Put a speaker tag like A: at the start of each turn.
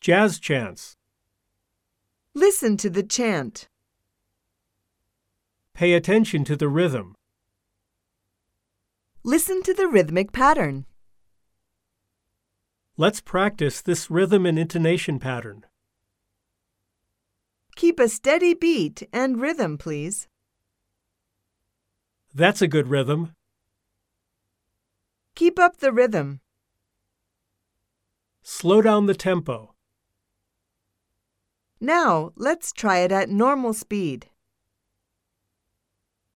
A: Jazz Chants.
B: Listen to the chant.
A: Pay attention to the rhythm.
B: Listen to the rhythmic pattern.
A: Let's practice this rhythm and intonation pattern.
B: Keep a steady beat and rhythm, please.
A: That's a good rhythm.
B: Keep up the rhythm.
A: Slow down the tempo.
B: Now, let's try it at normal speed.